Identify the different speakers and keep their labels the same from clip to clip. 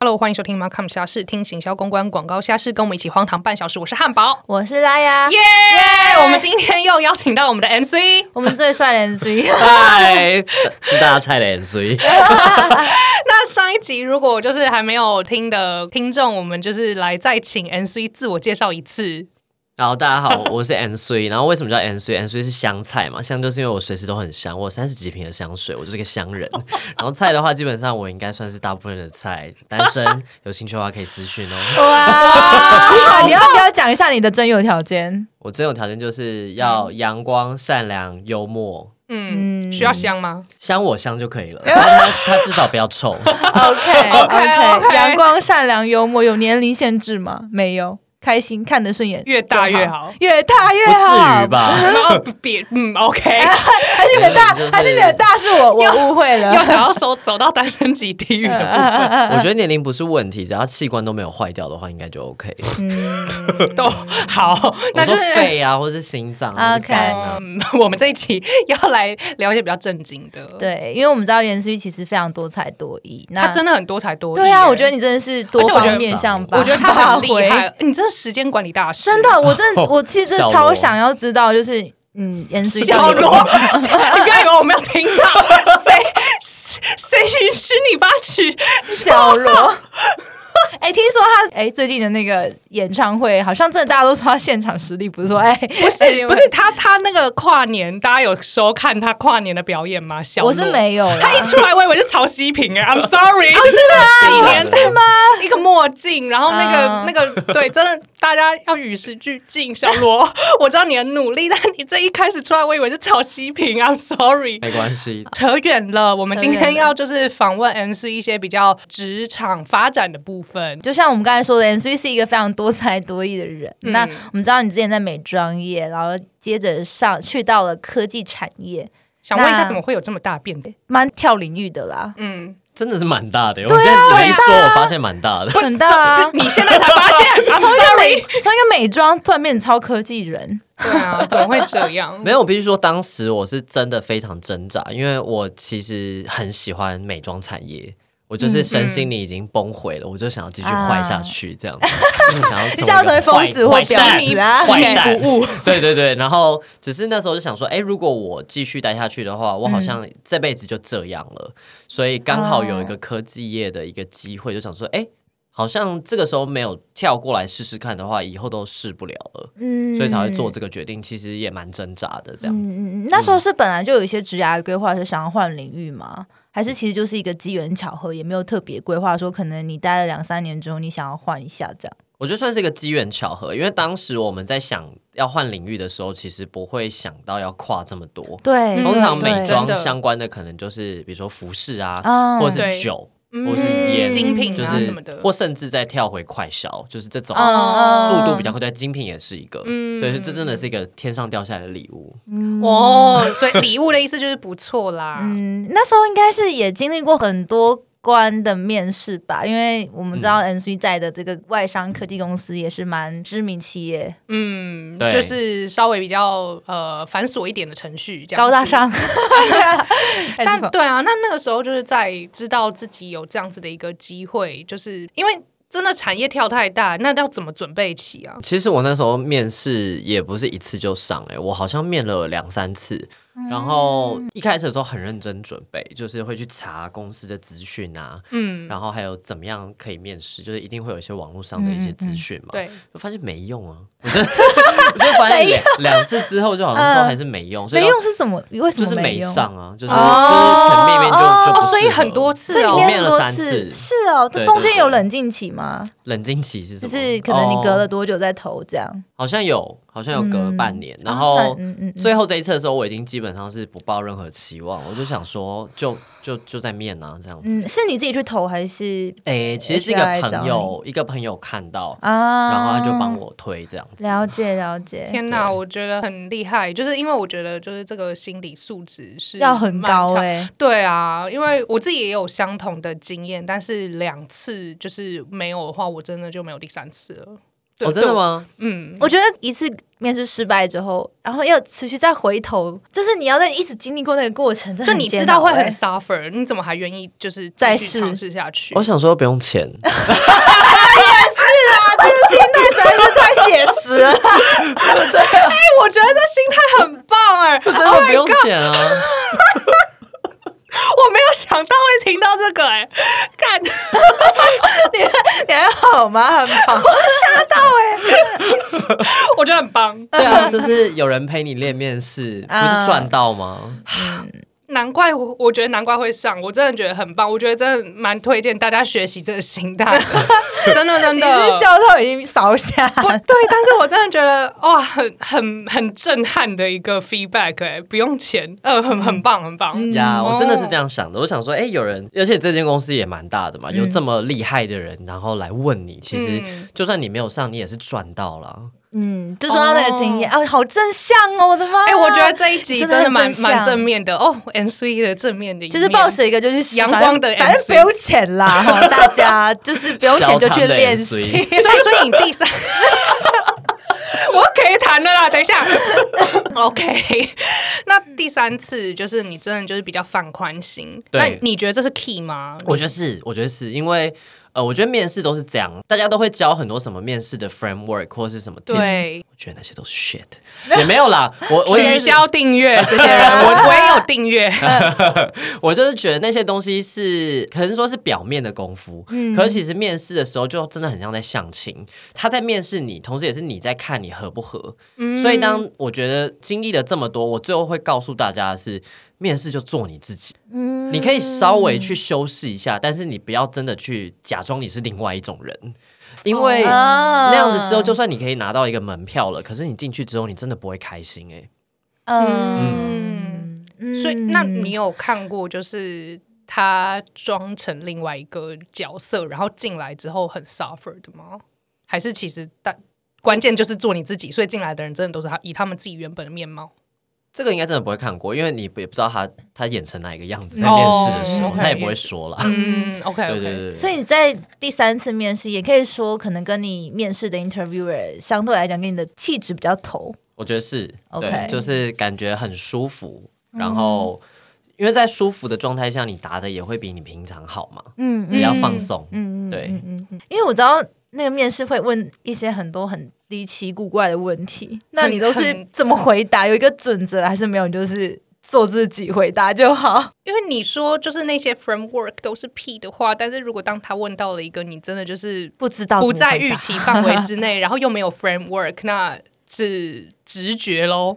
Speaker 1: Hello，欢迎收听《马康虾事》，听行销公关广告虾事，跟我们一起荒唐半小时。我是汉堡，
Speaker 2: 我是拉雅
Speaker 1: 耶、我们今天又邀请到我们的 MC，
Speaker 2: 我们最帅的 MC。
Speaker 3: 嗨， 是大家菜的 MC，
Speaker 1: 那上一集如果就是还没有听的听众，我们就是来再请 NC 自我介绍一次。
Speaker 3: 然后大家好，我是 MC，然后为什么叫 MC？MC 是香菜嘛，香就是因为我随时都很香，我有三十几瓶的香水，我就是个香人。然后菜的话，基本上我应该算是大部分的菜，单身有兴趣的话可以私讯哦。
Speaker 2: 哇，你要不要讲一下你的真有条件？
Speaker 3: 我真有条件就是要阳光、善良、幽默，
Speaker 1: 嗯，需要香吗？
Speaker 3: 香我香就 可以了，他他他至少不要臭。
Speaker 2: OK
Speaker 1: OK，OK
Speaker 2: 阳光、善良、幽默，有年龄限制吗？没有，开心，看得顺眼，
Speaker 1: 越大越好，
Speaker 2: 越大越
Speaker 3: 不
Speaker 2: 好，
Speaker 3: 至于？吧？哎
Speaker 1: 然后别嗯 OK，
Speaker 2: 还是你的大，
Speaker 3: 就是
Speaker 2: 还是你的大是我我误会
Speaker 1: 又
Speaker 2: 了。
Speaker 1: 想要走走到单身级地狱了，
Speaker 3: 我觉得年龄不是问题，只要器官都没有坏掉的话，应该就 OK。
Speaker 1: 都好， 嗯那就
Speaker 3: 我说
Speaker 1: 是。
Speaker 3: 肺啊，或是心脏啊、或是
Speaker 2: OK
Speaker 3: 肝啊。
Speaker 1: 嗯，我们这一期要来聊一些比较正经的，，
Speaker 2: 对，因为我们知道严思玉其实非常多才多艺，那
Speaker 1: 他真的很多才多艺耶。
Speaker 2: 对啊，我觉得你真的是多
Speaker 1: 而且我觉得
Speaker 2: 方面向吧，
Speaker 1: 我觉得他很厉
Speaker 2: 发挥
Speaker 1: 害，你真的时间管理大师，
Speaker 2: 真。的，我真的，我其实
Speaker 3: 哦笑我
Speaker 2: 超想要知道，就是嗯，严思玉
Speaker 1: 小
Speaker 2: 到底
Speaker 1: 罗， 你不要以为我没有听 到，谁谁允许你把曲？
Speaker 2: 小罗。 哎、听说他哎、最近的那个演唱会，好像真的大家都说他现场实力不错。哎、
Speaker 1: 不是不是他他那个跨年，大家有收看他跨年的表演吗？小罗
Speaker 2: 我是，没有啦
Speaker 1: 他，一出来我以为是曹希平哎，I'm sorry，
Speaker 2: 哦
Speaker 3: 是
Speaker 1: 是
Speaker 3: 吗
Speaker 1: 年是吗？一个墨镜，然后那个、
Speaker 2: 嗯
Speaker 1: 那个对，真的大家要与时俱进。小罗， 我知道你很努力，但你这一开始出来，我以为是曹希平，I'm sorry。
Speaker 3: 没关系，
Speaker 1: 扯远了，我们今
Speaker 2: 扯
Speaker 1: 天
Speaker 2: 远了
Speaker 1: 要就是访问 MC 一些比较职场发展的部分。
Speaker 2: 就像我们刚才说的，所以是一个非常多才多艺的人。
Speaker 1: 嗯
Speaker 2: 那我们知道你之前在美妆业，然后接着上去到了科技产业，
Speaker 1: 想问一下，
Speaker 2: 那
Speaker 1: 怎么会有这么大变动？
Speaker 2: 蛮跳领域的啦，
Speaker 1: 嗯，
Speaker 3: 真的是蛮大的耶。我现在仔细说，我发现蛮大的。
Speaker 2: 很大啊。
Speaker 1: 你现在才发现 ，I'm
Speaker 2: 从一个美
Speaker 1: sorry。
Speaker 2: 从一个美妆突然变成超科技人，
Speaker 1: 对啊，怎么会这样？
Speaker 3: 没有，我必须说，当时我是真的非常挣扎，因为我其实很喜欢美妆产业，我就是
Speaker 2: 嗯
Speaker 3: 身心里已经崩毁了，我就想要继续坏下去，这样子，就是想要
Speaker 2: 啊 你想要成为疯子或婊子啊
Speaker 3: 坏
Speaker 1: 执
Speaker 3: 蛋
Speaker 1: 迷不悟。
Speaker 3: 对对对，然后只是那时候就想说，哎，如果我继续待下去的话，我好像这辈子就这样了，所以刚好有一个科技业的一个机会，就想说，哎。好像这个时候没有跳过来试试看的话，以后都试不了了，
Speaker 2: 嗯，
Speaker 3: 所以才会做这个决定。其实也蛮挣扎的，这样子。
Speaker 2: 嗯嗯嗯，那时候是本来就有一些职涯的规划，是想要换领域吗？还是其实就是一个机缘巧合，也没有特别规划说可能你待了两三年之后，你想要换一下这样。
Speaker 3: 我觉得算是一个机缘巧合，因为当时我们在想要换领域的时候，其实不会想到要跨这么多。
Speaker 2: 对
Speaker 1: 嗯
Speaker 3: 通常美
Speaker 2: 对
Speaker 3: 妆
Speaker 1: 真的
Speaker 3: 相关的可能就是比如说服饰啊，
Speaker 2: 啊
Speaker 3: 或
Speaker 1: 对
Speaker 3: 是酒，
Speaker 1: 嗯
Speaker 3: 或是烟，
Speaker 1: 精品
Speaker 3: 就
Speaker 1: 啊
Speaker 3: 是
Speaker 1: 什么的，
Speaker 3: 或甚至再跳回快销，就是这种
Speaker 1: 嗯
Speaker 3: 速度比较快。对，精品也是一个，
Speaker 1: 嗯
Speaker 3: 所以这真的是一个天上掉下来的礼物。
Speaker 1: 哦，所以礼物的意思就是不错啦。
Speaker 2: 嗯，那时候应该是也经历过很多关的面试吧，因为我们知
Speaker 3: 嗯
Speaker 2: 道 N C 在的这个外商科技公司也是蛮知名企业，
Speaker 1: 嗯，
Speaker 3: 对
Speaker 1: 就是稍微比较呃繁琐一点的程序，这样子
Speaker 2: 高大。 上。
Speaker 1: 但
Speaker 2: 但
Speaker 1: 对啊，那那个时候就是在知道自己有这样子的一个机会，就是因为真的产业跳太大，那要怎么准备起啊？
Speaker 3: 其实我那时候面试也不是一次就上、欸，我好像面了两三次。
Speaker 2: 嗯
Speaker 3: 然后一开始的时候很认真准备，就是会去查公司的资讯啊，
Speaker 1: 嗯，
Speaker 3: 然后还有怎么样可以面试，就是一定会有一些网络上的一些资讯
Speaker 2: 嗯
Speaker 3: 嘛。
Speaker 1: 对，
Speaker 3: 我发现没用啊， 我就我就发现两两次之后就好像都还是没用，所以
Speaker 2: 没
Speaker 3: 就
Speaker 2: 用是怎么？为什
Speaker 3: 就
Speaker 2: 么
Speaker 3: 是没
Speaker 2: 用？
Speaker 3: 上啊，就是就是
Speaker 2: 哦
Speaker 3: 可能面面就就不
Speaker 1: 哦，所以
Speaker 3: 适合
Speaker 1: 很多次
Speaker 2: 这里
Speaker 1: 哦，
Speaker 3: 我
Speaker 2: 面
Speaker 3: 面
Speaker 2: 很
Speaker 3: 了
Speaker 2: 多
Speaker 3: 三
Speaker 2: 次，
Speaker 3: 次
Speaker 2: 是哦，这
Speaker 3: 对
Speaker 2: 中
Speaker 3: 对
Speaker 2: 间有
Speaker 3: 对
Speaker 2: 冷静期吗？
Speaker 3: 冷静期是
Speaker 2: 就
Speaker 3: 什么？
Speaker 2: 是可能你隔了
Speaker 3: 哦
Speaker 2: 多久再投这样？
Speaker 3: 好像有，好像有隔
Speaker 2: 嗯
Speaker 3: 半年，然
Speaker 2: 啊
Speaker 3: 后
Speaker 2: 那嗯嗯嗯
Speaker 3: 最后这一次的时候，我已经基本上是不抱任何期望，我就想说就就就在面啊这样子。
Speaker 2: 嗯，是你自己去投还是
Speaker 3: 诶，其实是一
Speaker 2: HR
Speaker 3: 个
Speaker 2: 找
Speaker 3: 朋友，一个朋友看到，
Speaker 2: 啊？
Speaker 3: 然后他就帮我推这样子。
Speaker 2: 了解了解，
Speaker 1: 天哪，
Speaker 3: 对
Speaker 1: 我觉得很厉害，就是因为我觉得就是这个心理素质是
Speaker 2: 要很高
Speaker 1: 哎、
Speaker 2: 哎、
Speaker 1: 对啊，因为我自己也有相同的经验，但是两次就是没有的话，我真的就没有第三次了。对
Speaker 3: 哦，真的？吗？
Speaker 1: 对嗯，
Speaker 2: 我觉得一次面试失败之后，然后要持续再回头，就是你要再一直经历过那个过程，这
Speaker 1: 就
Speaker 2: 很
Speaker 1: 你
Speaker 2: 煎
Speaker 1: 知道
Speaker 2: 熬
Speaker 1: 会
Speaker 2: 欸
Speaker 1: 很 suffer，你怎么还愿意就是继
Speaker 2: 再
Speaker 1: 续
Speaker 2: 试
Speaker 1: 尝试下去
Speaker 3: 我？想说不用 钱，
Speaker 2: 啊 太写实了。
Speaker 1: 哎， 我觉得这心态很棒哎、
Speaker 3: 真的不用钱啊！
Speaker 2: Oh
Speaker 1: 我没有想到会听到这个哎、干，
Speaker 2: 你还好吗？很好，
Speaker 1: 我觉得很棒，
Speaker 3: 对啊，就是有人陪你练面 试，不是赚到吗？
Speaker 2: 啊
Speaker 1: 难怪我我觉得难怪会上，我真的觉得很棒，我觉得真的蛮推荐大家学习这个心态 的，真的真
Speaker 2: 你
Speaker 1: 的
Speaker 2: 是。笑到已经烧下。
Speaker 1: 不对，但是我真的觉得哇，很很很震撼的一个 feedback 哎、不用钱，呃，很很棒，很棒。
Speaker 3: 呀、
Speaker 1: 嗯
Speaker 3: 我真的是这样想的。我想说，哎、有人，而且这间公司也蛮大的嘛，
Speaker 2: 嗯
Speaker 3: 有这么厉害的人，然后来问你，其实
Speaker 1: 嗯
Speaker 3: 就算你没有上，你也是赚到了。
Speaker 2: 嗯，就说到那个经验啊，好正向哦，我的妈
Speaker 1: 哦
Speaker 2: 呀！
Speaker 1: 哎、我觉得这一集
Speaker 2: 真
Speaker 1: 真的
Speaker 2: 的很
Speaker 1: 蛮
Speaker 2: 正向
Speaker 1: 蛮正面的哦，N C 的正面的一面，
Speaker 2: 就是抱着一个就去试
Speaker 1: 阳光的
Speaker 2: 反正
Speaker 1: MC
Speaker 2: 反正不用钱啦， 哈，大家就是不用钱就去练
Speaker 3: 小
Speaker 2: 习
Speaker 3: 摊。
Speaker 1: 所以，所以你第三， 我可以谈了啦，等一下。OK，那第三次就是你真的就是比较放宽心，
Speaker 3: 对
Speaker 1: 那你觉得这是 key 吗？
Speaker 3: 我觉得是，我觉得是因为。呃，我觉得面试都是这样，大家都会教很多什么面试的 framework 或是什么 tips，
Speaker 1: 对
Speaker 3: 我觉得那些都是 shit，也没有啦。我我
Speaker 1: 取
Speaker 3: 也
Speaker 1: 消订阅这些人， 我我也有订阅，
Speaker 3: 我就是觉得那些东西是，可能说是表面的功夫，可是其实面试的时候就真的很像在相亲，他在面试你，同时也是你在看你合不合。所以当我觉得经历了这么多，我最后会告诉大家的是。面试就做你自己，你可以稍微去修饰一下，但是你不要真的去假装你是另外一种人，因为
Speaker 2: 啊
Speaker 3: 那样子之后，就算你可以拿到一个门票了，可是你进去之后，你真的不会开心哎、
Speaker 1: 嗯，
Speaker 2: 嗯
Speaker 1: 所以那你有看过就是他装成另外一个角色，然后进来之后很 suffer 的吗？还是其实但关键就是做你自己，所以进来的人真的都是他以他们自己原本的面貌。
Speaker 3: 这个应该真的不会看过，因为你也不知道他他演成哪一个样子，在面试的时候、
Speaker 1: 哦，OK
Speaker 3: 他也不会说啦。
Speaker 1: 嗯，OK，
Speaker 3: 对对对，对
Speaker 2: 所以你在第三次面试，也可以说可能跟你面试的 interviewer 相对来讲，跟你的气质比较投。
Speaker 3: 我觉得是
Speaker 2: OK
Speaker 3: 对，就是感觉很舒服，然后、因为在舒服的状态下，你答的也会比你平常好嘛，
Speaker 2: 嗯
Speaker 3: 比较放松。
Speaker 2: 嗯
Speaker 3: 对
Speaker 2: 嗯嗯嗯，因为我知道那个面试会问一些很多很离奇古怪的问题，那你都是
Speaker 1: 很
Speaker 2: 怎么回答？有一个准则还是没有？你就是做自己回答就好。
Speaker 1: 因为你说就是那些 framework 都是屁的话，但是如果当他问到了一个你真的就是
Speaker 2: 不知道
Speaker 1: 不
Speaker 2: 怎么
Speaker 1: 在
Speaker 2: 回答
Speaker 1: 预期范围之 内，然后又没有 framework，那是直觉喽。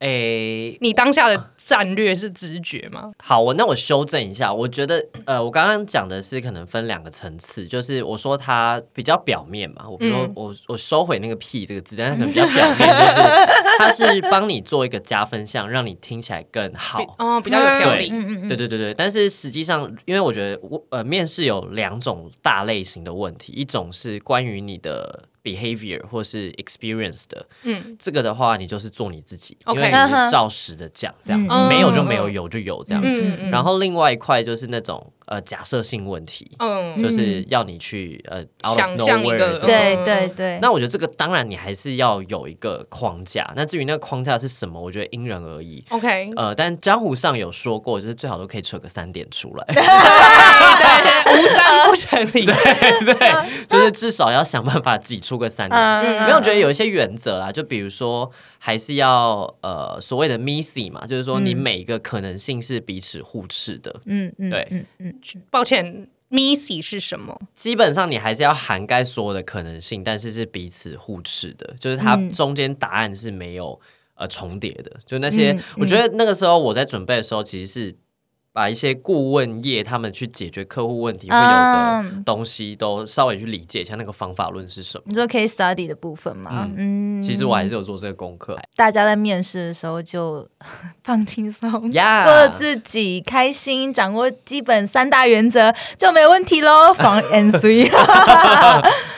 Speaker 3: 诶、
Speaker 1: 你当下的战略是直觉吗？
Speaker 3: 好，我那我修正一下，我觉得呃，我刚刚讲的是可能分两个层次，就是我说他比较表面嘛，我比如说
Speaker 1: 嗯
Speaker 3: 我我收回那个屁这个字，但它可能比较表面， 就是它是帮你做一个加分项，让你听起来更
Speaker 1: 比
Speaker 3: 好。
Speaker 1: 哦，比较有条
Speaker 3: 对，
Speaker 1: 理。
Speaker 2: 嗯
Speaker 3: 对对对对，但是实际上，因为我觉得我呃，面试有两种大类型的问题，一种是关于你的 behavior 或是 experience 的，
Speaker 1: 嗯，
Speaker 3: 这个的话你就是做你自己，因
Speaker 1: OK
Speaker 3: 为你是照实的讲这样子，
Speaker 1: 嗯
Speaker 3: 没有就没有，有就有这样。
Speaker 1: 嗯嗯
Speaker 3: 然后另外一块就是那种呃假设性问题，
Speaker 1: 嗯，
Speaker 3: 就是要你去呃 out of
Speaker 1: 想象一
Speaker 3: nowhere
Speaker 1: 个
Speaker 3: 这种。
Speaker 2: 对对对，
Speaker 3: 那我觉得这个当然你还是要有一个框架，那至于那个框架是什么，我觉得因人而异。
Speaker 1: OK，
Speaker 3: 呃，但江湖上有说过，就是最好都可以扯个三点出 来，
Speaker 1: 对， 无三不成理。
Speaker 3: 对，啊就是至少要想办法挤出个三点。
Speaker 1: 嗯
Speaker 3: 没有我觉得有一些原则啦，就比如说还是要呃所谓的 missy 嘛，就是说
Speaker 1: 嗯
Speaker 3: 你每一个可能性是彼此互斥的，
Speaker 2: 嗯嗯
Speaker 3: 对
Speaker 2: 嗯嗯，
Speaker 1: 抱歉，Missy 是什么？
Speaker 3: 基本上你还是要涵盖所有的可能性，但是是彼此互斥的，就是它中间答案是没有呃重叠的。就那些，我觉得那个时候我在准备的时候，其实是把一些顾问业他们去解决客户问题会有的
Speaker 2: 嗯
Speaker 3: 东西都稍微去理解一下，那个方法论是什么。
Speaker 2: 你说 case study 的部分嘛，嗯，
Speaker 3: 其实我还是有做这个功课
Speaker 2: 大家在面试的时候就 放轻松。
Speaker 3: 呀，
Speaker 2: 做自己开心，掌握基本三大原则就没问题喽。防 and three，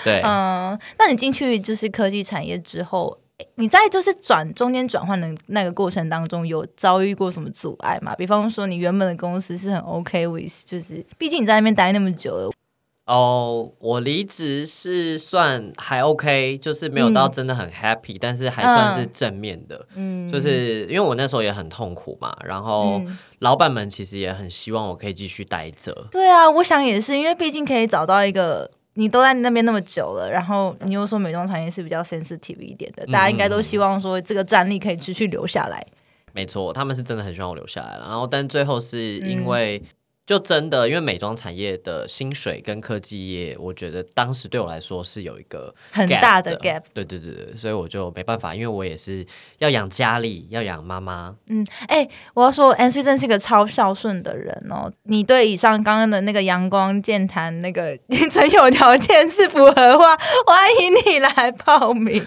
Speaker 3: 对，
Speaker 2: 嗯，那你进去就是科技产业之后，诶你在就是转中间转换的那个过程当中，有遭遇过什么阻碍吗？比方说，你原本的公司是很 OK with，就是毕竟你在那边待那么久了，
Speaker 3: 哦，我离职是算还 OK，就是没有到真的很 happy，、但是还算是正面的。
Speaker 2: 嗯，
Speaker 3: 就是因为我那时候也很痛苦嘛，然后老板们其实也很希望我可以继续待着。
Speaker 2: 对啊，我想也是，因为毕竟可以找到一个你都在那边那么久了，然后你又说美妆产业是比较 sensitive 一点的，大家应
Speaker 3: 嗯
Speaker 2: 该都希望说这个战力可以持续留下来。
Speaker 3: 没错，他们是真的很希望我留下来了，然后但最后是
Speaker 2: 嗯
Speaker 3: 因为、就真的因为美妆产业的薪水跟科技业，我觉得当时对我来说是有一个
Speaker 2: 很
Speaker 3: gap
Speaker 2: 大的
Speaker 3: 的
Speaker 2: gap
Speaker 3: 对对对对，所以我就没办法，因为我也是要养家里，要养妈妈。
Speaker 2: 哎、我要说，N C 真是个超孝顺的人哦。你对以上刚刚的那个阳光健谈那个 真有条件是符合的话，欢迎你来报 名。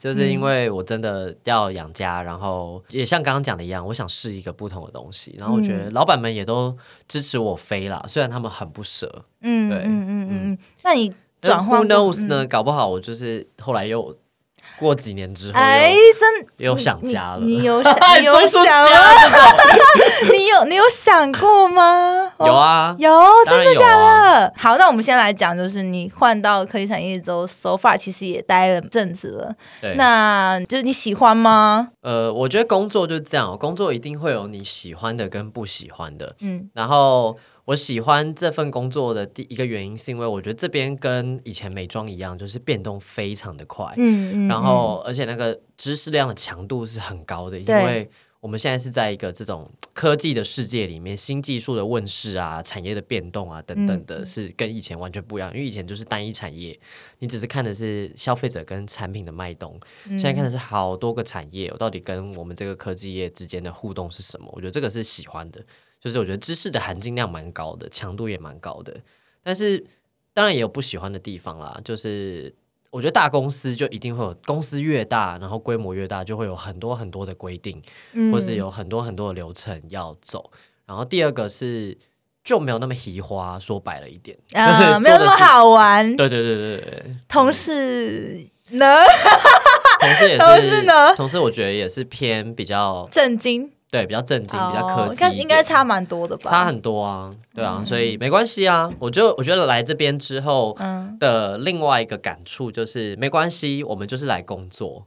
Speaker 3: 就是
Speaker 2: 嗯
Speaker 3: 因为我真的要养家，然后也像刚刚讲的一样，我想试一个不同的东西。然后我觉
Speaker 2: 嗯
Speaker 3: 得老板们也都支持我飞啦，虽然他们很不舍。
Speaker 2: 嗯
Speaker 3: 对
Speaker 2: 嗯嗯嗯，那你
Speaker 3: 但
Speaker 2: 转换
Speaker 3: 呃 Who
Speaker 2: 过嗯
Speaker 3: knows 呢？搞不好我就是后来又过几年之后
Speaker 2: 哎，真
Speaker 3: 又又想家了。哎
Speaker 2: 你你有想 你有
Speaker 3: 说
Speaker 2: 想
Speaker 3: 出家
Speaker 2: 吗？
Speaker 3: 这种
Speaker 2: 你有你有想过 吗？
Speaker 3: 有啊，
Speaker 2: 有，
Speaker 3: 当
Speaker 2: 哦真
Speaker 3: 然
Speaker 2: 的
Speaker 3: 有
Speaker 2: 假
Speaker 3: 啊。
Speaker 2: 的？好，那我们先来讲，就是你换到科技产业之后，so far 其实也待了阵子了。
Speaker 3: 对，
Speaker 2: 那就是你喜欢吗？
Speaker 3: 呃，我觉得工作就是这样，哦工作一定会有你喜欢的跟不喜欢的。
Speaker 2: 嗯
Speaker 3: 然后我喜欢这份工作的第一个原因，是因为我觉得这边跟以前美妆一样，就是变动非常的快，
Speaker 2: 嗯嗯。
Speaker 3: 然后而且那个知识量的强度是很高的，因
Speaker 2: 对
Speaker 3: 为我们现在是在一个这种科技的世界里面，新技术的问世啊、产业的变动啊等等的，是跟以前完全不一样。因为以前就是单一产业，你只是看的是消费者跟产品的脉动，现在看的是好多个产业，我到底跟我们这个科技业之间的互动是什么？我觉得这个是喜欢的，就是我觉得知识的含金量蛮高的，强度也蛮高的，但是当然也有不喜欢的地方啦，就是。我觉得大公司就一定会有，公司越大，然后规模越大，就会有很多很多的规定，
Speaker 2: 嗯
Speaker 3: 或是有很多很多的流程要走。然后第二个是就没有那么移花，说白了一点，就是
Speaker 2: 呃，没有那
Speaker 3: 做的
Speaker 2: 么
Speaker 3: 事。
Speaker 2: 好玩。
Speaker 3: 对对对对对，
Speaker 2: 同事呢？
Speaker 3: 同事 也
Speaker 2: 同
Speaker 3: 是，
Speaker 2: 事呢
Speaker 3: 同事我觉得也是偏比较
Speaker 2: 震惊，
Speaker 3: 对比较正经，比较
Speaker 2: 哦
Speaker 3: 科技一
Speaker 2: 应该
Speaker 3: 点，
Speaker 2: 应该差蛮多的吧？
Speaker 3: 差很多啊，对啊，所以没关系啊。我就我觉得来这边之后
Speaker 2: 嗯
Speaker 3: 的另外一个感触就是，没关系，我们就是来工作，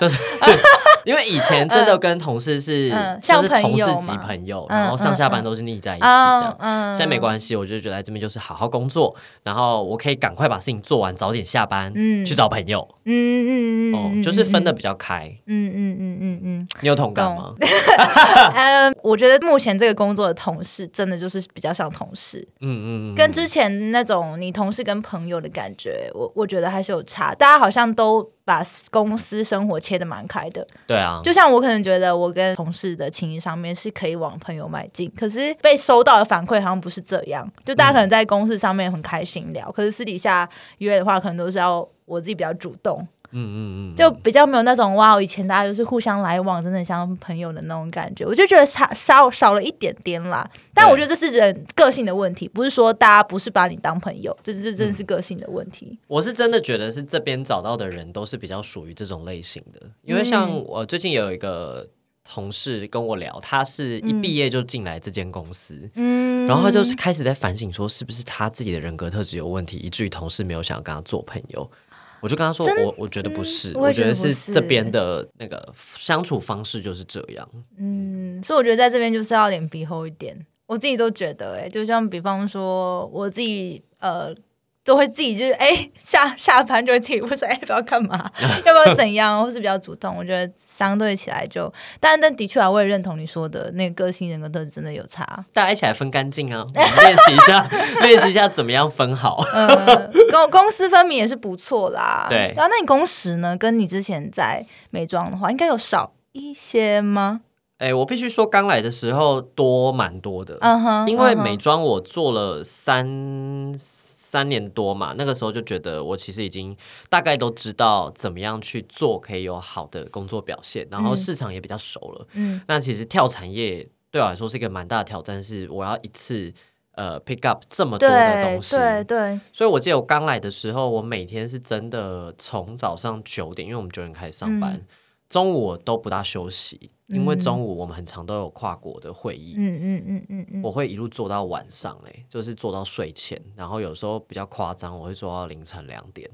Speaker 3: 就是 因为以前真的跟同事是
Speaker 2: 嗯
Speaker 3: 就
Speaker 2: 像
Speaker 3: 是
Speaker 2: 朋
Speaker 3: 同事
Speaker 2: 友
Speaker 3: 及
Speaker 2: 嘛
Speaker 3: 朋友，
Speaker 2: 嗯
Speaker 3: 然后上下班都是腻在一起这样。
Speaker 2: 嗯
Speaker 3: 现在没关系，我就觉得来这边就是好好工作，然后我可以赶快把事情做完，早点下班，
Speaker 2: 嗯
Speaker 3: 去找朋友，
Speaker 2: 嗯嗯嗯
Speaker 3: 哦
Speaker 2: 嗯，，
Speaker 3: 就是分的
Speaker 2: 嗯
Speaker 3: 比较开。
Speaker 2: 嗯嗯嗯嗯嗯。
Speaker 3: 你有同感吗？
Speaker 2: 嗯，我觉得目前这个工作的同事，真的就是比较像同事，
Speaker 3: 嗯嗯嗯，
Speaker 2: 跟之前那种你同事跟朋友的感觉，我我觉得还是有差。大家好像都把公司生活切的蛮开的，
Speaker 3: 对啊，
Speaker 2: 就像我可能觉得我跟同事的情谊上面是可以往朋友迈进，可是被收到的反馈好像不是这样。就大家可能在公事上面很开心聊，可是私底下约的话，可能都是要我自己比较主动，
Speaker 3: 嗯嗯嗯，
Speaker 2: 就比较没有那种哇，以前大家就是互相来往，真的很像朋友的那种感觉，我就觉得差少少了一点点啦。但我觉得这是人个性的问题，不是说大家不是把你当朋友，这这真的是个性的问题。
Speaker 3: 我是真的觉得是这边找到的人都是比较属于这种类型的，因为像
Speaker 2: 嗯
Speaker 3: 我最近有一个同事跟我聊，他是一毕业就进来这间公司，
Speaker 2: 嗯
Speaker 3: 然后他就开始在反省说是不是他自己的人格特质有问题，以至于同事没有想要跟他做朋友。我就跟他说，
Speaker 2: 真嗯
Speaker 3: 我我觉得不是，
Speaker 2: 我也
Speaker 3: 觉
Speaker 2: 觉得不
Speaker 3: 是
Speaker 2: 是
Speaker 3: 这边的那个相处方式就是这样。
Speaker 2: 嗯，所以我觉得在这边就是要脸皮厚一点，我自己都觉得、欸，就像比方说我自己呃。都会自己就是哎、下下班就会自己问说哎、要不要干嘛要不要怎 样，或是比较主动。我觉得相对起来就，但但的确啊，我也认同你说的那个个性人格特质真的有 差。
Speaker 3: 大家一起来分干净啊，我们练习一 下，练习一下怎么样分好。
Speaker 2: 呃，公公私分明也是不错啦。
Speaker 3: 对
Speaker 2: 然后那你工时呢？跟你之前在美妆的话，应该有少一些吗？
Speaker 3: 哎、我必须说，刚来的时候多蛮多的，
Speaker 2: 嗯哼，
Speaker 3: 因为
Speaker 2: 嗯哼
Speaker 3: 美妆我做了三三年多嘛，那个时候就觉得我其实已经大概都知道怎么样去做可以有好的工作表现，然后市场也比较熟了。
Speaker 2: 嗯
Speaker 3: 那其实跳产业对我来说是一个蛮大的挑战，是我要一次呃 pick up 这么多的
Speaker 2: 对
Speaker 3: 东西，
Speaker 2: 对对，
Speaker 3: 所以我记得我
Speaker 2: 嗯
Speaker 3: 刚来的时候，我每天是真的从早上九点，因为我们九点开始上班，中午我都不大休息，因为中午我们很常都有跨国的会议，
Speaker 2: 嗯嗯嗯嗯嗯，
Speaker 3: 我会一路做到晚上、欸，就是做到睡前，然后有时候比较夸张，我会做到凌晨两点，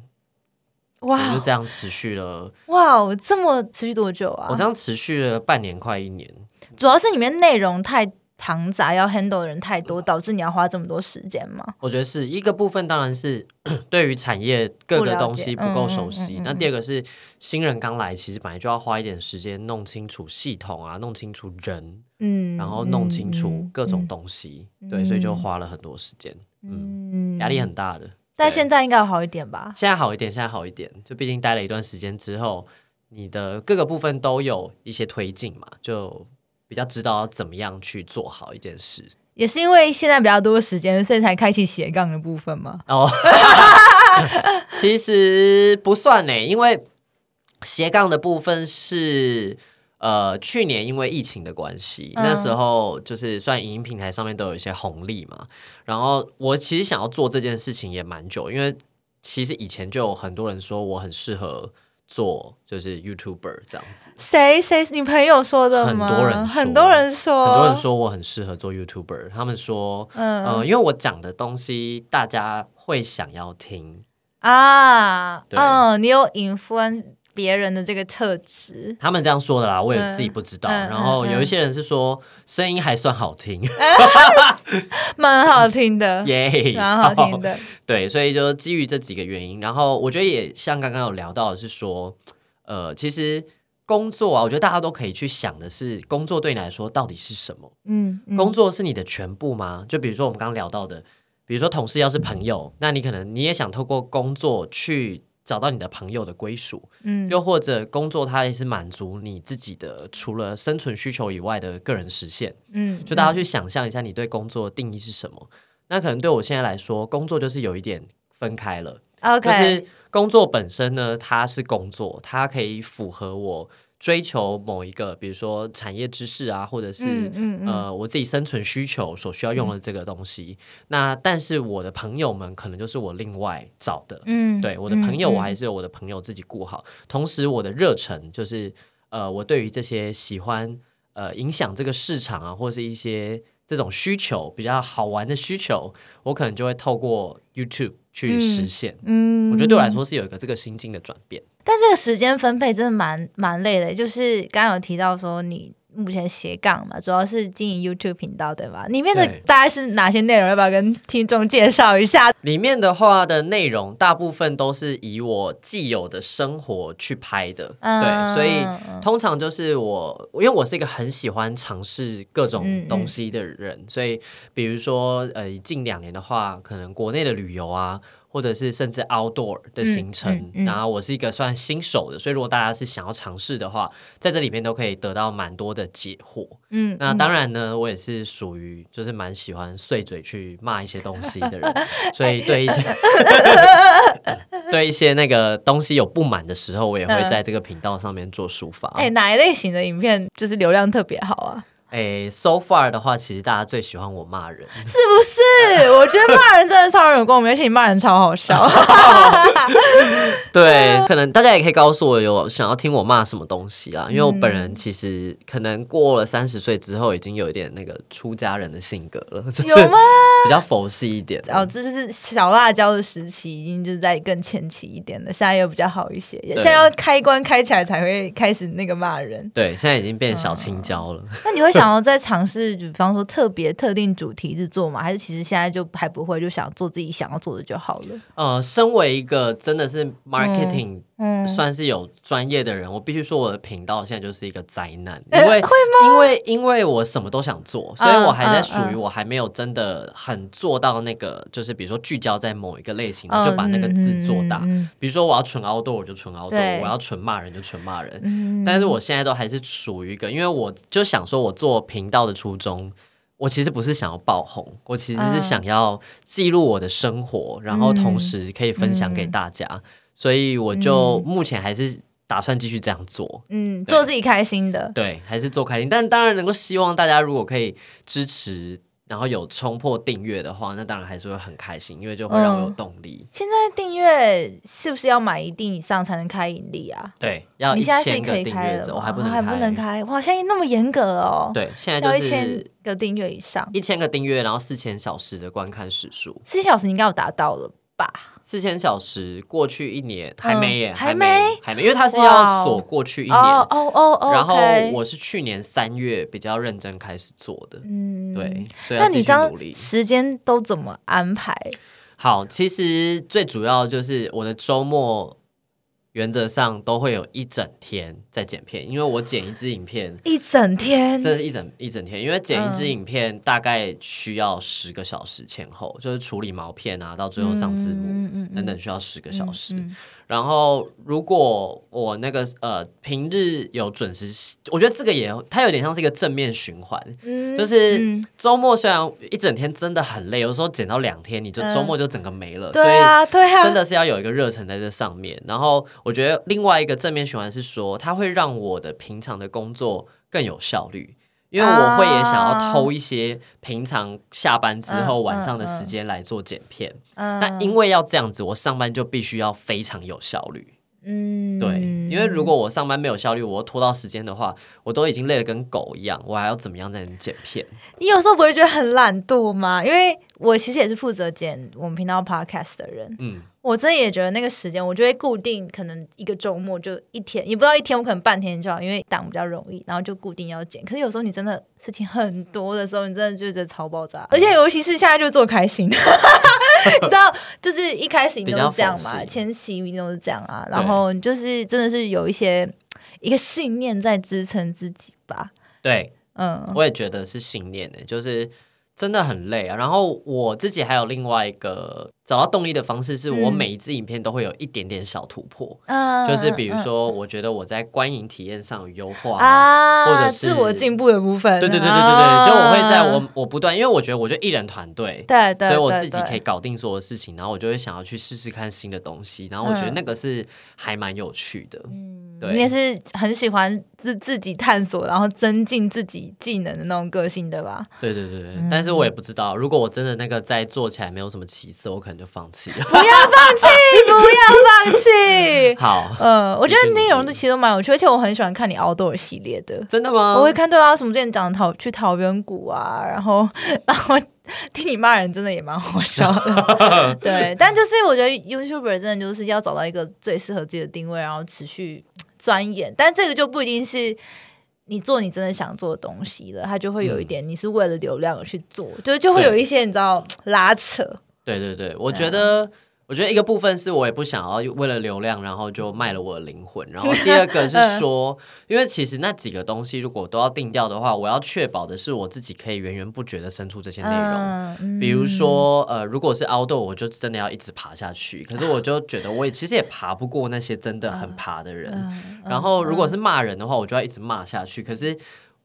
Speaker 3: 我
Speaker 2: 哇哦
Speaker 3: 就这样持续了，
Speaker 2: 哇哦，这么持续多久啊？
Speaker 3: 我这样持续了半年快一年，
Speaker 2: 主要是里面内容太庞杂，要 handle 的人太多，导致你要花这么多时间嘛。
Speaker 3: 我觉得是一个部分，当然是 对于产业各个东西不够熟
Speaker 2: 不
Speaker 3: 悉。
Speaker 2: 了解嗯嗯嗯嗯
Speaker 3: 那第二个是新人刚来，其实本来就要花一点时间弄清楚系统啊，弄清楚人，
Speaker 2: 嗯，
Speaker 3: 然后弄清楚
Speaker 2: 嗯
Speaker 3: 各种东西，对，所以就花了很多时间，嗯，
Speaker 2: 嗯
Speaker 3: 压力很大的。
Speaker 2: 但
Speaker 3: 对
Speaker 2: 现在应该有好一点吧？
Speaker 3: 现在好一点，现在好一点，就毕竟待了一段时间之后，你的各个部分都有一些推进嘛，就比较知道要怎么样去做好一件事。
Speaker 2: 也是因为现在比较多时间，所以才开启斜杠的部分嘛。
Speaker 3: 哦， 其实不算呢，因为斜杠的部分是呃去年因为疫情的关系，
Speaker 2: 嗯
Speaker 3: 那时候就是算影音平台上面都有一些红利嘛，然后我其实想要做这件事情也蛮久，因为其实以前就有很多人说我很适合做就是 YouTuber 这样子。
Speaker 2: 谁谁你朋友说的吗？
Speaker 3: 很多人说
Speaker 2: 很多人说，
Speaker 3: 很多人，说我很适合做 YouTuber，他们说，
Speaker 2: 哦嗯、
Speaker 3: 呃，因为我讲的东西大家会想要听，
Speaker 2: 啊，
Speaker 3: 对
Speaker 2: 嗯，你有 influence 别人的这个特质，
Speaker 3: 他们这样说的啦，我也自己不知道。
Speaker 2: 嗯嗯嗯
Speaker 3: 然后有一些人是说声音还算好听，
Speaker 2: 蛮好听的，
Speaker 3: 耶、哦
Speaker 2: 蛮好听。的。
Speaker 3: 对，所以就基于这几个原因，然后我觉得也像刚刚有聊到的是说，呃，其实工作啊，我觉得大家都可以去想的是，工作对你来说到底是什么？
Speaker 2: 嗯，嗯
Speaker 3: 工作是你的全部吗？就比如说我们刚刚聊到的，比如说同事要是朋友，那你可能你也想透过工作去找到你的朋友的归属。
Speaker 2: 嗯
Speaker 3: 又或者工作它也是满足你自己的除了生存需求以外的个人实现。
Speaker 2: 嗯，
Speaker 3: 就大家去想象一下，你对工作的定义是什么？那可能对我现在来说，工作就是有一点分开了，
Speaker 2: OK，嗯
Speaker 3: 可是工作本身呢，它是工作，它可以符合我。追求某一个，比如说产业知识啊，或者是、
Speaker 2: 嗯嗯嗯
Speaker 3: 呃我自己生存需求所需要用的这个东西。那但是我的朋友们可能就是我另外找的，
Speaker 2: 嗯
Speaker 3: 对我的朋友，
Speaker 2: 嗯
Speaker 3: 我还是有我的朋友自己顾好。同时，我的热忱就是呃，我对于这些喜欢呃影响这个市场啊，或是一些这种需求比较好玩的需求，我可能就会透过 YouTube 去实现。
Speaker 2: 嗯，
Speaker 3: 我觉得对我来说是有一个这个心境的转变。
Speaker 2: 但这个时间分配真的蛮蛮累的，就是刚刚有提到说你目前斜杠嘛，主要是经营 YouTube 频道对吧？里面的
Speaker 3: 对
Speaker 2: 大概是哪些内容？要不要跟听众介绍一下？
Speaker 3: 里面的话的内容大部分都是以我既有的生活去拍的，对，
Speaker 2: 嗯
Speaker 3: 所以
Speaker 2: 嗯嗯
Speaker 3: 通常就是我，因为我是一个很喜欢尝试各种
Speaker 2: 嗯嗯
Speaker 3: 东西的人，所以比如说呃，近两年的话，可能国内的旅游啊，或者是甚至 outdoor 的行程，
Speaker 2: 嗯嗯嗯
Speaker 3: 然后我是一个算新手的，所以如果大家是想要尝试的话，在这里面都可以得到蛮多的解惑。
Speaker 2: 嗯，
Speaker 3: 那当然呢，我也是属于就是蛮喜欢碎嘴去骂一些东西的人，所以对 一些对一些那个东西有不满的时候，我也会
Speaker 2: 嗯
Speaker 3: 在这个频道上面做抒发。
Speaker 2: 哎、哪一类型的影片就是流量特别好 啊？
Speaker 3: 哎、s o far 的话，其实大家最喜欢我 骂人，
Speaker 2: 是不是？我觉得骂人真的超有共鸣，而且你骂人超好笑。
Speaker 3: 对，可能大家也可以告诉我有想要听我骂什么东西啊，因为我本
Speaker 2: 嗯
Speaker 3: 人其实可能过了三十岁之后，已经有一点那个出家人的性格了，就是
Speaker 2: 有吗
Speaker 3: 比较佛系一点。
Speaker 2: 哦，这就是小辣椒的时期，已经就是在更前期一点了，现在又比较好一些，现在要开关开起来才会开始那个骂人。
Speaker 3: 对，现在已经变小
Speaker 2: 嗯
Speaker 3: 青椒了。
Speaker 2: 那你会想要再尝试，比方说特别特定主题制作吗？还是其实现在就还不会，就想做自己想要做的就好了？
Speaker 3: 呃，身为一个真的是 marketing、
Speaker 2: 嗯，
Speaker 3: 算是有专业的人，我必须说我的频道现在就是一个灾难，因为、因为因为我什么都想做，所以我还在属于
Speaker 2: 呃嗯
Speaker 3: 我还没有真的很做到那个，就是比如说聚焦在某一个类型，
Speaker 2: 嗯
Speaker 3: 就把那个字做大。
Speaker 2: 嗯
Speaker 3: 比如说我要纯 outdoor 我就纯 outdoor，
Speaker 2: 对
Speaker 3: 我要纯骂人就纯骂人。
Speaker 2: 嗯
Speaker 3: 但是我现在都还是属于一个，因为我就想说，我做频道的初衷，我其实不是想要爆红，我其实是
Speaker 2: 嗯
Speaker 3: 想要记录我的生活，然后同时可以分享
Speaker 2: 嗯
Speaker 3: 给大家，所以我就目前还是打算继续这样做。
Speaker 2: 嗯，嗯
Speaker 3: 对
Speaker 2: 做自己开心的。
Speaker 3: 对，还是做开心，但当然能够希望大家如果可以支持然后有冲破订阅的话，那当然还是会很开心，因为就会让我有
Speaker 2: 嗯
Speaker 3: 动力。
Speaker 2: 现在订阅是不是要满一定以上才能开盈利啊？
Speaker 3: 对，要
Speaker 2: 你
Speaker 3: 一
Speaker 2: 现在是
Speaker 3: 千
Speaker 2: 可
Speaker 3: 个
Speaker 2: 以
Speaker 3: 订
Speaker 2: 开
Speaker 3: 阅
Speaker 2: 了吗，
Speaker 3: 者，
Speaker 2: 哦
Speaker 3: 我还不能
Speaker 2: 还不能开，哇！现在那么严格哦，，
Speaker 3: 对，现在
Speaker 2: 要一
Speaker 3: 就
Speaker 2: 千
Speaker 3: 是
Speaker 2: 个订阅以上，
Speaker 3: 一千个订阅，然后四千小时的观看时数，
Speaker 2: 四小时你应该有达到了吧？
Speaker 3: 四千小时过去一年还没耶，
Speaker 2: 嗯
Speaker 3: 还
Speaker 2: 还没
Speaker 3: 还没，因为它是
Speaker 2: 哇
Speaker 3: 要
Speaker 2: 哦
Speaker 3: 锁过去一年。
Speaker 2: 哦哦哦哦，
Speaker 3: 然后
Speaker 2: OK
Speaker 3: 我是去年三月比较认真开始做的，
Speaker 2: 嗯，
Speaker 3: 对，所以
Speaker 2: 那
Speaker 3: 要
Speaker 2: 你这
Speaker 3: 继续
Speaker 2: 样
Speaker 3: 努力。
Speaker 2: 时间都怎么安排？
Speaker 3: 好，其实最主要就是我的周末原则上都会有一整天在剪片，因为我剪一支影片，
Speaker 2: 一整天，
Speaker 3: 这是一整一整天，因为剪一支
Speaker 2: 嗯
Speaker 3: 影片大概需要十个小时前后，就是处理毛片啊，到最后上字幕。
Speaker 2: 嗯嗯嗯
Speaker 3: 等等需要十个小时，
Speaker 2: 嗯
Speaker 3: 然后如果我那个呃平日有准时，我觉得这个也它有点像是一个正面循环，
Speaker 2: 嗯
Speaker 3: 就是
Speaker 2: 嗯
Speaker 3: 周末虽然一整天真的很累，有时候剪到两天，你就周末就整个没了。
Speaker 2: 嗯对啊对
Speaker 3: 所以
Speaker 2: 啊，
Speaker 3: 真的是要有一个热忱在这上面。然后我觉得另外一个正面循环是说，它会让我的平常的工作更有效率。因为我会也想要偷一些平常下班之后
Speaker 2: 啊嗯
Speaker 3: 晚上的时间来做剪片，
Speaker 2: 嗯，
Speaker 3: 但因为要这样子，我上班就必须要非常有效率。
Speaker 2: 嗯
Speaker 3: 对，因为如果我上班没有效率，我又拖到时间的话，我都已经累得跟狗一样，我还要怎么样才能剪片？
Speaker 2: 你有时候不会觉得很懒惰吗？因为我其实也是负责剪我们频道 podcast 的人，
Speaker 3: 嗯，
Speaker 2: 我真的也觉得那个时间，我就会固定可能一个周末就一天，也不知道一天，我可能半天就好，因为档比较容易，然后就固定要剪。可是有时候你真的事情很多的时候，你真的就觉得超爆炸，而
Speaker 3: 嗯
Speaker 2: 且尤其是现在就做开心，你 知道，就是一开始你都是这样
Speaker 3: 比较佛
Speaker 2: 嘛，
Speaker 3: 系
Speaker 2: 前期你都是这样啊，然后你就是真的是有一些一个信念在支撑自己吧，
Speaker 3: 对，
Speaker 2: 嗯
Speaker 3: 我也觉得是信念呢，就是真的很累啊。然后我自己还有另外一个找到动力的方式，是我
Speaker 2: 嗯
Speaker 3: 每一支影片都会有一点点小突破，
Speaker 2: 嗯，
Speaker 3: 就是比如说，我觉得我在观影体验上有优化啊。
Speaker 2: 啊，
Speaker 3: 或者是
Speaker 2: 自我进步的部分，
Speaker 3: 对对对对对
Speaker 2: 啊
Speaker 3: 对，就我会在我我不断，因为我觉得我就一人团队，
Speaker 2: 对对，
Speaker 3: 所以我
Speaker 2: 对
Speaker 3: 自己
Speaker 2: 对
Speaker 3: 可以搞定所有事情，然后我就会想要去试试看新的东西，然后我觉得
Speaker 2: 嗯
Speaker 3: 那个是还蛮有趣的。对
Speaker 2: 你也是很喜欢自自己探索，然后增进自己技能的那种个性，对吧？
Speaker 3: 对对对
Speaker 2: 嗯
Speaker 3: 对，但是我也不知道，如果我真的那个再做起来没有什么起色，我可能就放弃了。
Speaker 2: 不要放 弃，不要放 弃。
Speaker 3: 好，
Speaker 2: 呃，我觉
Speaker 3: 继
Speaker 2: 得
Speaker 3: 续努力
Speaker 2: 内容都其实都蛮有趣，而且我很喜欢看你 outdoor 系列的。
Speaker 3: 真的吗？
Speaker 2: 我会看对啊，什么之前讲的桃去桃源谷啊，然后然后 听你骂人真的也蛮好笑的， 对。但就是我觉得 YouTuber 真的就是要找到一个最适合自己的定位，然后持续钻研。但这个就不一定是你做你真的想做的东西了，它就会
Speaker 3: 嗯
Speaker 2: 有一点你是为了流量而去做，就就会有一些你知道拉扯。
Speaker 3: 对对对，
Speaker 2: 嗯
Speaker 3: 我觉得。我觉得一个部分是我也不想要为了流量，然后就卖了我的灵魂。 然后第二个
Speaker 2: 嗯
Speaker 3: 是说，因为其实那几个东西如果都要定掉的话，我要确保的是我自己可以源源不绝的生出这些内容。
Speaker 2: 嗯
Speaker 3: 比如说，呃，如果是 outdoor，我就真的要一直爬下去。可是我就觉得我也其实也爬不过那些真的
Speaker 2: 啊
Speaker 3: 很爬的人。
Speaker 2: 嗯
Speaker 3: 然后如果是骂人的话，我就要一直骂下去。可是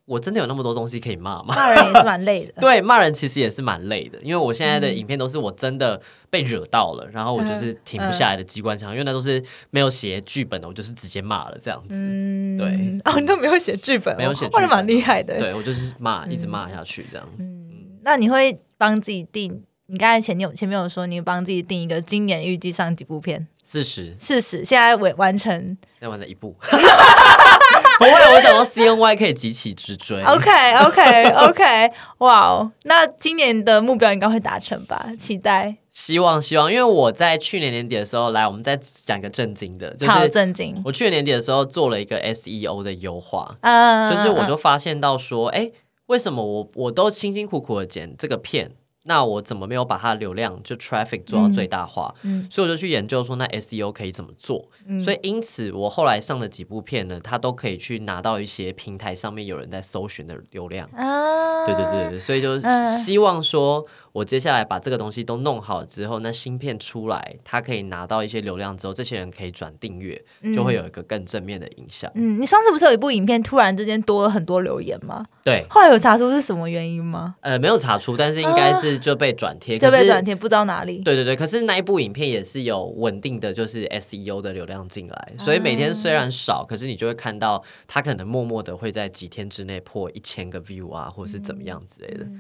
Speaker 3: 我真的有那么多东西可以骂 吗？
Speaker 2: 骂人也是蛮累的。
Speaker 3: 对，骂人其实也是蛮累的，因为我现在
Speaker 2: 嗯
Speaker 3: 的影片都是我真的被惹到了，然后我就是停
Speaker 2: 嗯
Speaker 3: 不下来的机关枪，因为那都是没有写剧本的，我就是直接骂了这样子。
Speaker 2: 嗯
Speaker 3: 对，
Speaker 2: 哦，你都没有写剧本哦，
Speaker 3: 没有写 剧
Speaker 2: 或者
Speaker 3: 本
Speaker 2: 蛮厉害的。
Speaker 3: 对我就是骂，一直
Speaker 2: 嗯
Speaker 3: 骂下去这样。
Speaker 2: 那你会帮自己定？你刚才前面有前面有说，你帮自己定一个今年预计上几部片，
Speaker 3: 四十、
Speaker 2: 事实现在完完成。
Speaker 3: 再完成一部， 不会，我想说 C N Y 可以急起 直追。
Speaker 2: OK OK OK，哇哦，那今年的目标应该会达成吧？期待，
Speaker 3: 希望希望，因为我在去年年底的时候，来，我们再讲一个正经的，就
Speaker 2: 好
Speaker 3: 是
Speaker 2: 震惊。
Speaker 3: 我去年年底的时候做了一个 S E O 的优化，
Speaker 2: 嗯
Speaker 3: 就是我就发现到说，哎、为什么我我都辛辛苦苦的剪这个片，那我怎么没有把它的流量就 traffic 做到最大化？
Speaker 2: 嗯
Speaker 3: 所以我就去研究说，那 SEO 可以怎么做？所以因此我后来上的几部片呢，它都可以去拿到一些平台上面有人在搜寻的流量。
Speaker 2: 啊，
Speaker 3: 对对对，对，所以就是
Speaker 2: 嗯
Speaker 3: 希望说，我接下来把这个东西都弄好之后，那新片出来，它可以拿到一些流量之后，这些人可以转订阅，就会有一个更正面的影响。
Speaker 2: 嗯嗯，你上次不是有一部影片突然之间多了很多留言吗？
Speaker 3: 对，
Speaker 2: 后来有查出是什么原因吗？
Speaker 3: 呃，没有查出，但是应该是就被转贴，
Speaker 2: 就
Speaker 3: 可
Speaker 2: 被
Speaker 3: 是
Speaker 2: 转贴，不知道哪里。
Speaker 3: 对对对，可是那一部影片也是有稳定的，就是 SEO 的流量进来，所
Speaker 2: 啊
Speaker 3: 以每天虽然少，可是你就会看到
Speaker 2: 嗯
Speaker 3: 它可能默默的会在几天之内破一千个 view 啊，或者是怎么样之类的。
Speaker 2: 我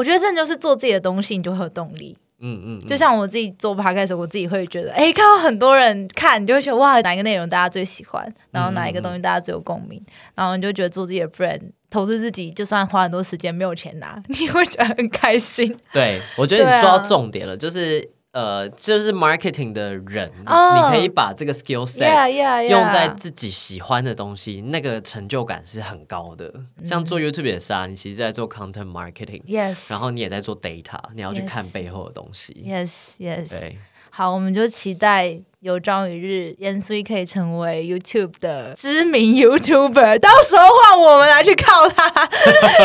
Speaker 2: 我觉得真的就是做自己的东西，你就会有动力。
Speaker 3: 嗯嗯，嗯
Speaker 2: 就像我自己做 podcast，的时候我自己会觉得，哎、看到很多人看，你就会觉得哇，哪一个内容大家最喜欢，然后哪
Speaker 3: 嗯
Speaker 2: 一个东西大家最有共鸣，然后你就觉得做自己的 brand，投资自己，就算花很多时间没有钱拿， 你会觉得很开心
Speaker 3: 对，我觉得你
Speaker 2: 对啊
Speaker 3: 说到重点了，就是呃，就是 marketing 的人，
Speaker 2: 哦
Speaker 3: 你可以把这个 skill set
Speaker 2: ，yeah yeah yeah，
Speaker 3: 用在自己喜欢的东西，那个成就感是很高的。像
Speaker 2: 嗯
Speaker 3: 做 YouTube 也是啊，你其实在做 content marketing，
Speaker 2: yes，
Speaker 3: 然后你也在做 data，你要去
Speaker 2: Yes
Speaker 3: 看背后的东西。
Speaker 2: yes yes，
Speaker 3: 对，
Speaker 2: 好，我们就期待有朝一日严苏可以成为 YouTube 的知名 YouTuber，到时候换我们来去靠他，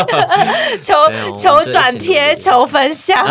Speaker 2: 求求转
Speaker 3: 对我们这一起努
Speaker 2: 贴，
Speaker 3: 力
Speaker 2: 求分享。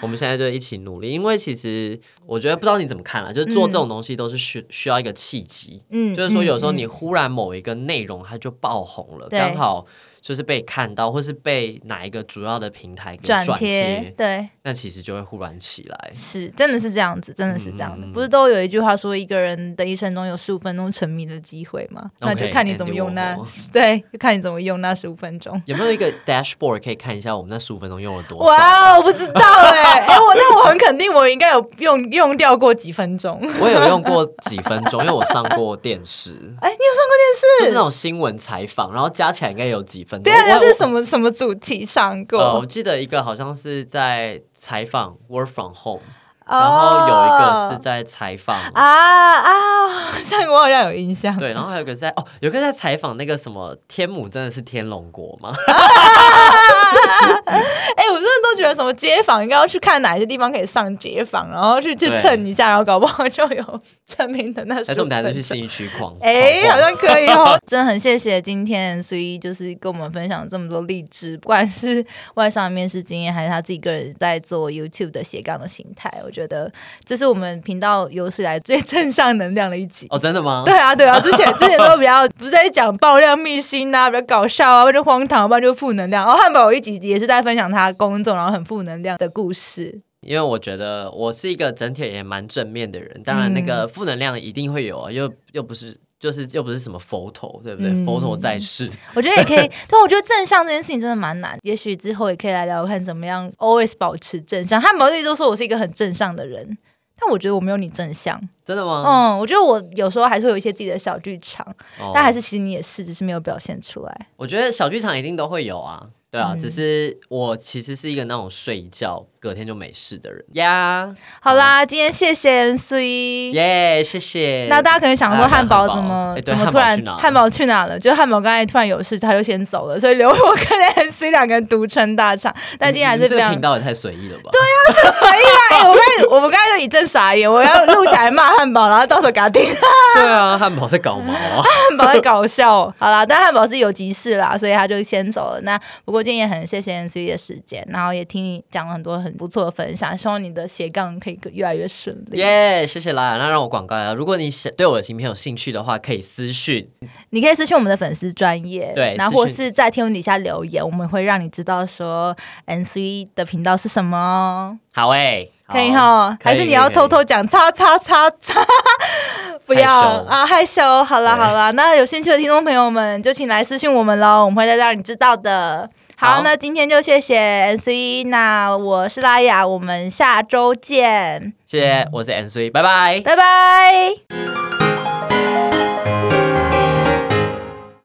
Speaker 3: 我们现在就一起努力，因为其实我觉得不知道你怎么看啦，就是做这种东西都是需需要一个契机。
Speaker 2: 嗯
Speaker 3: 就是说，有时候
Speaker 2: 嗯
Speaker 3: 你忽然某一个内容它就爆红了，
Speaker 2: 对
Speaker 3: 刚好就是被看到，或是被哪一个主要的平台给
Speaker 2: 转贴
Speaker 3: 贴，，
Speaker 2: 对，
Speaker 3: 那其实就会忽然起来。
Speaker 2: 是真的是这样子，真的是这样的。
Speaker 3: 嗯嗯嗯
Speaker 2: 不是都有一句话说，一个人的一生中有十五分钟沉迷的机会吗？那就
Speaker 3: OK，
Speaker 2: 看你怎么
Speaker 3: Andy
Speaker 2: 用那
Speaker 3: Warhol
Speaker 2: 对，就看你怎么用那十五分钟。
Speaker 3: 有没有一个 dashboard 可以看一下我们那十五分钟用了多少？
Speaker 2: 哇，我不知道哎、欸，哎、我但我很肯定，我应该有用用掉过几分钟。
Speaker 3: 我有用过几分钟，因为我上过电 视，
Speaker 2: 哎、你有上过电
Speaker 3: 就是
Speaker 2: 视？
Speaker 3: 那种新闻采访，然后加起来应该有几分钟。
Speaker 2: 对啊，
Speaker 3: 我
Speaker 2: 那是什么什么主题上过？
Speaker 3: 呃，我记得一个好像是在采访 work from home，、然后有一个是
Speaker 2: 哦
Speaker 3: 在采访，
Speaker 2: 啊啊，好像我好像有印象。
Speaker 3: 对，然后还有一个是在哦，有一个在采访那个什么天母真的是天龙 国吗？
Speaker 2: 哎、我真的都觉得什么街访应该要去看哪些地方可以上街访，然后去去
Speaker 3: 对
Speaker 2: 蹭一下，然后搞不好就有证明的那
Speaker 3: 还
Speaker 2: 15
Speaker 3: 是我们等下就
Speaker 2: 分钟
Speaker 3: 去信义区狂？
Speaker 2: 哎、
Speaker 3: 狂
Speaker 2: 好
Speaker 3: 晃
Speaker 2: 像可以 哦。真的很谢谢今天所以就是跟我们分享这么多励志，不管是外商的面试经验，还是他自己个人在做 YouTube 的斜杠的心态，我觉得这是我们频道有史以来最正向能量的一集。
Speaker 3: 哦，真的吗？
Speaker 2: 对啊，对啊，之前之前都比较不是在讲爆料秘辛啊，比较搞笑啊，或者荒唐，不然就负能量。然哦后汉堡有一集也是在分享他工作，然后很负能量的故事。
Speaker 3: 因为我觉得我是一个整体也蛮正面的人，当然那
Speaker 2: 嗯
Speaker 3: 个负能量一定会有啊，又又不是。就是又不是什么佛头，对不对？
Speaker 2: 嗯
Speaker 3: 佛头在世，
Speaker 2: 我觉得也可以， 啊但我觉得正向这件事情真的蛮难。也许之后也可以来聊看怎么样 always 保持正向。汉堡一直都说我是一个很正向的人，但我觉得我没有你正向。
Speaker 3: 真的吗？
Speaker 2: 嗯，我觉得我有时候还是会有一些自己的小剧场，
Speaker 3: 哦
Speaker 2: 但还是其实你也是，只是没有表现出来。
Speaker 3: 我觉得小剧场一定都会有啊，对
Speaker 2: 嗯
Speaker 3: 啊，只是我其实是一个那种睡一觉隔天就没事的人呀，
Speaker 2: 好啦，今天谢谢恩苏一。
Speaker 3: 耶，谢谢。
Speaker 2: 那大家可能想说
Speaker 3: 啊
Speaker 2: 汉堡
Speaker 3: 汉堡
Speaker 2: 怎么
Speaker 3: 哎对
Speaker 2: 怎么突然
Speaker 3: 汉堡去
Speaker 2: 汉堡去哪
Speaker 3: 哪了
Speaker 2: 了？就是汉堡刚才突然有事，他就先走了，所以留我跟 N C 两个人独撑大场。但今天还
Speaker 3: 你们
Speaker 2: 是
Speaker 3: 这
Speaker 2: 非
Speaker 3: 个
Speaker 2: 常
Speaker 3: 频道也太随意了吧？对啊，
Speaker 2: 所以啊， 哎我刚才我们刚才就一阵傻眼，我要录起来骂汉堡，然后到时候给他听
Speaker 3: 对啊，汉堡在搞 毛啊！
Speaker 2: 汉堡在搞笑。 好啦，但汉堡是有急事啦，所以他就先走了。那不过今天也很谢谢 N C 的时间，然后也听你讲了很多很不错的分享，希望你的斜杠可以越来越顺利。
Speaker 3: 耶谢谢啦。那让我广告一下，如果你想对我的影片有兴趣的话，可以私讯。
Speaker 2: 你可以私讯我们的粉丝专业，
Speaker 3: 对
Speaker 2: 然后或
Speaker 3: 私讯
Speaker 2: 是在天文底下留言，我们会让你知道说 N C 的频道是什么哦。
Speaker 3: 好诶、好
Speaker 2: 可以哈，
Speaker 3: 可以
Speaker 2: 还是你要
Speaker 3: 可以可以
Speaker 2: 偷偷讲叉叉叉叉？ 不要
Speaker 3: 害羞
Speaker 2: 啊，害羞。好啦
Speaker 3: 对
Speaker 2: 好啦，那有兴趣的听众朋友们，就请来私讯我们喽，我们会再让你知道的。好，
Speaker 3: 好
Speaker 2: 那今天就谢谢 S 一，那我是拉雅，我们下周见，
Speaker 3: 谢谢，我是 N C，拜拜。
Speaker 2: 拜拜。